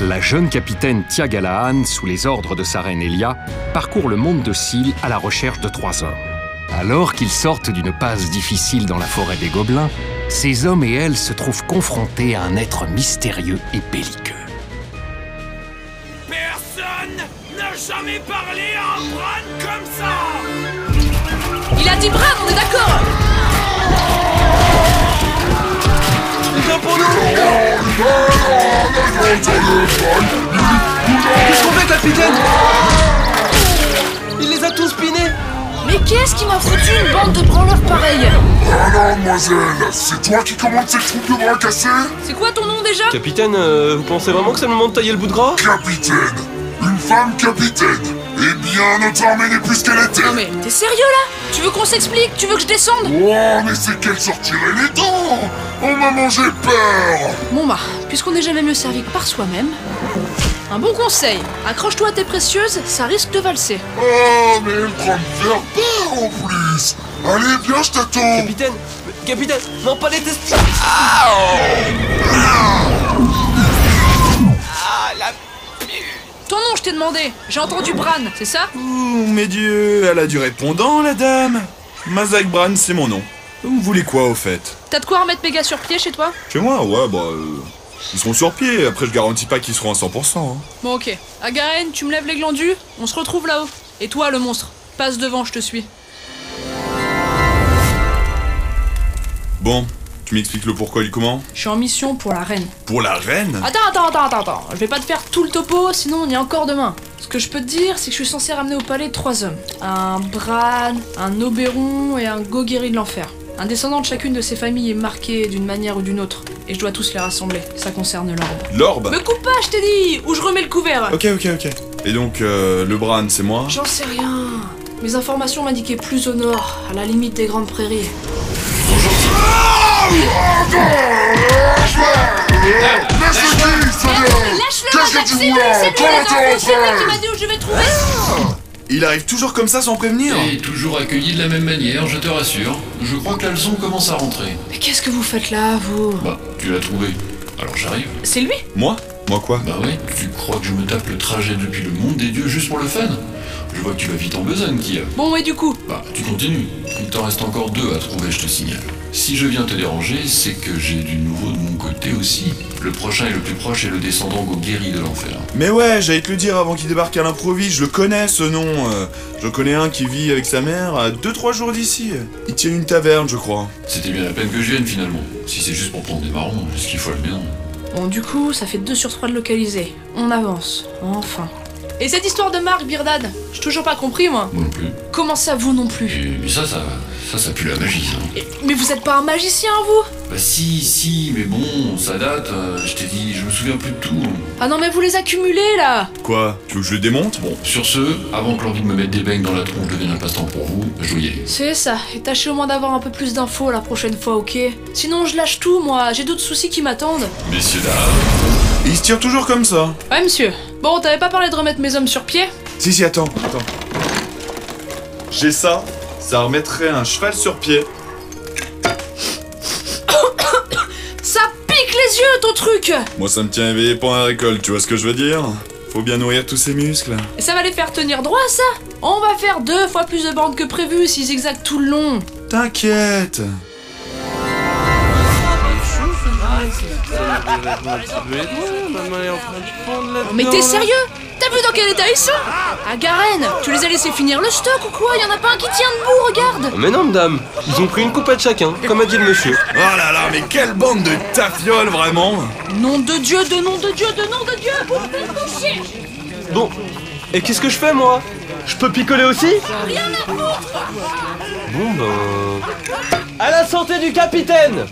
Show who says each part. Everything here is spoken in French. Speaker 1: la jeune capitaine Tia Galahan, sous les ordres de sa reine Elia, parcourt le monde de Syl à la recherche de trois hommes. Alors qu'ils sortent d'une passe difficile dans la forêt des Gobelins, ces hommes et elle se trouvent confrontés à un être mystérieux et belliqueux.
Speaker 2: Personne n'a jamais parlé à un crâne comme ça
Speaker 3: Il a dit brave, on est d'accord
Speaker 4: Qu'est-ce qu'on fait, capitaine Il les a tous pinés
Speaker 3: Mais qu'est-ce qui m'a foutu une bande de branleurs pareille
Speaker 5: Ah non, mademoiselle, c'est toi qui commandes ces troupes de bras cassés
Speaker 3: C'est quoi ton nom déjà
Speaker 4: Capitaine, euh, vous pensez vraiment que c'est le moment de tailler le bout de gras
Speaker 5: Capitaine Une femme capitaine Eh bien, notre armée n'est plus ce qu'elle était
Speaker 3: Non mais t'es sérieux là Tu veux qu'on s'explique Tu veux que je descende
Speaker 5: Oh, mais c'est qu'elle sortirait les dents On m'a mangé peur
Speaker 3: Bon bah, puisqu'on n'est jamais mieux servi que par soi-même. Un bon conseil, accroche-toi à tes précieuses, ça risque de valser.
Speaker 5: Oh, mais elle prend me faire peur en plus Allez, viens, je t'attends
Speaker 6: Eh
Speaker 4: Capitaine Capitaine Non, pas les testicules
Speaker 3: Ton nom, je t'ai demandé. J'ai entendu Bran, c'est ça
Speaker 6: Oh, mes dieux, elle a du répondant, la dame Mazak Bran, c'est mon nom. Vous voulez quoi, au fait
Speaker 3: T'as de quoi remettre méga sur pied chez toi
Speaker 6: Chez moi, ouais, bah... euh, ils seront sur pied, après je garantis pas qu'ils seront à 100%. hein.
Speaker 3: Bon ok. Agaren, tu me lèves les glandus, on se retrouve là-haut. Et toi, le monstre, passe devant, je te suis.
Speaker 6: Bon, tu m'expliques le pourquoi et le comment
Speaker 3: Je suis en mission pour la reine.
Speaker 6: Pour la reine
Speaker 5: Ah,
Speaker 3: Attends, attends, attends, attends, attends. Je vais pas te faire tout le topo, sinon on y est encore demain. Ce que je peux te dire, c'est que je suis censé ramener au palais trois hommes. Un Bran, un Oberon et un Goguerri de l'enfer. Un descendant de chacune de ces familles est marqué d'une manière ou d'une autre, et je dois tous les rassembler. Ça concerne l'ordre.
Speaker 6: L'orbe
Speaker 3: Me coupe pas, je t'ai dit Ou je remets le couvert
Speaker 6: Ok, ok, ok. Et donc, euh, le Bran, c'est moi
Speaker 3: J'en sais rien. Mes informations m'indiquaient plus au nord, à la limite des grandes prairies.
Speaker 5: Laisse-le qui, Sonia
Speaker 3: Lâche-le,
Speaker 5: Qu'est-ce que tu
Speaker 3: Maxime,
Speaker 5: vois
Speaker 3: laissez-le,
Speaker 5: Toi,
Speaker 3: les
Speaker 5: t'as
Speaker 3: enfants, c'est
Speaker 5: fait.
Speaker 3: moi qui m'a dit où je vais trouver
Speaker 6: Il arrive toujours comme ça sans prévenir
Speaker 7: Et toujours accueilli de la même manière, je te rassure. Je crois que la leçon commence à rentrer.
Speaker 3: Mais qu'est-ce que vous faites là, vous
Speaker 7: Bah, tu l'as trouvé. Alors j'arrive.
Speaker 3: C'est lui
Speaker 6: Moi Moi quoi
Speaker 7: Bah ouais, tu crois que je me tape le trajet depuis le monde des dieux juste pour le fun Je vois que tu vas vite en besogne, Kia.
Speaker 3: Bon, et du coup
Speaker 7: Bah, tu continues. Il t'en reste encore deux à trouver, je te signale. Si je viens te déranger, c'est que j'ai du nouveau de mon côté aussi. Le prochain et le plus proche est le descendant au guéri de l'enfer.
Speaker 6: Mais ouais, j'allais te le dire avant qu'il débarque à l'improviste, je le connais ce nom. euh, je connais un qui vit avec sa mère à 2-3 jours d'ici. Il tient une taverne, je crois.
Speaker 7: C'était bien la peine que je vienne finalement. Si c'est juste pour prendre des marrons, est-ce qu'il faut le bien
Speaker 3: Bon, du coup, ça fait 2 sur 3 de localiser. On avance, enfin. Et cette histoire de Marc, Birdad J'ai toujours pas compris, moi.
Speaker 7: Moi non plus.
Speaker 3: Comment ça, vous non plus
Speaker 7: Et- mais ça, ça, ça, ça pue la magie, ça.
Speaker 3: Et- Mais vous êtes pas un magicien, vous
Speaker 7: Bah si, si, mais bon, ça date, euh, je t'ai dit, je me souviens plus de tout.
Speaker 3: Ah non, mais vous les accumulez, là
Speaker 6: Quoi Tu veux que je le démonte
Speaker 7: Bon, sur ce, avant que l'envie de me mettre des beignes dans la tronche devienne un passe-temps pour vous, je dois y aller.
Speaker 3: C'est ça, et tâchez au moins d'avoir un peu plus d'infos la prochaine fois, ok Sinon, je lâche tout, moi, j'ai d'autres soucis qui m'attendent.
Speaker 7: Messieurs, dames,
Speaker 6: Il se tire toujours comme ça.
Speaker 3: Ouais, monsieur. Bon, t'avais pas parlé de remettre mes hommes sur pied
Speaker 6: Si, si, attends, attends. J'ai ça, ça remettrait un cheval sur pied.
Speaker 3: Ça pique les yeux, ton truc
Speaker 6: Moi, ça me tient éveillé pendant la récolte, tu vois ce que je veux dire Faut bien nourrir tous ses muscles.
Speaker 3: Et ça va les faire tenir droit, ça On va faire deux fois plus de bandes que prévu s'ils zigzagent tout le long.
Speaker 6: T'inquiète
Speaker 4: Ah,
Speaker 3: Mais t'es sérieux T'as vu dans quel état ils sont À Garen, tu les as laissés finir le stock ou quoi Y'en a pas un qui tient debout, regarde
Speaker 4: Mais non, madame Ils ont pris une coupette chacun, comme a dit le monsieur.
Speaker 6: Oh là là, mais quelle bande de tafioles, vraiment
Speaker 3: Nom de Dieu, de nom de Dieu, de nom de Dieu Vous faites vous chier
Speaker 4: Bon, et qu'est-ce que je fais, moi Je peux picoler aussi Bon, ben... À la santé du capitaine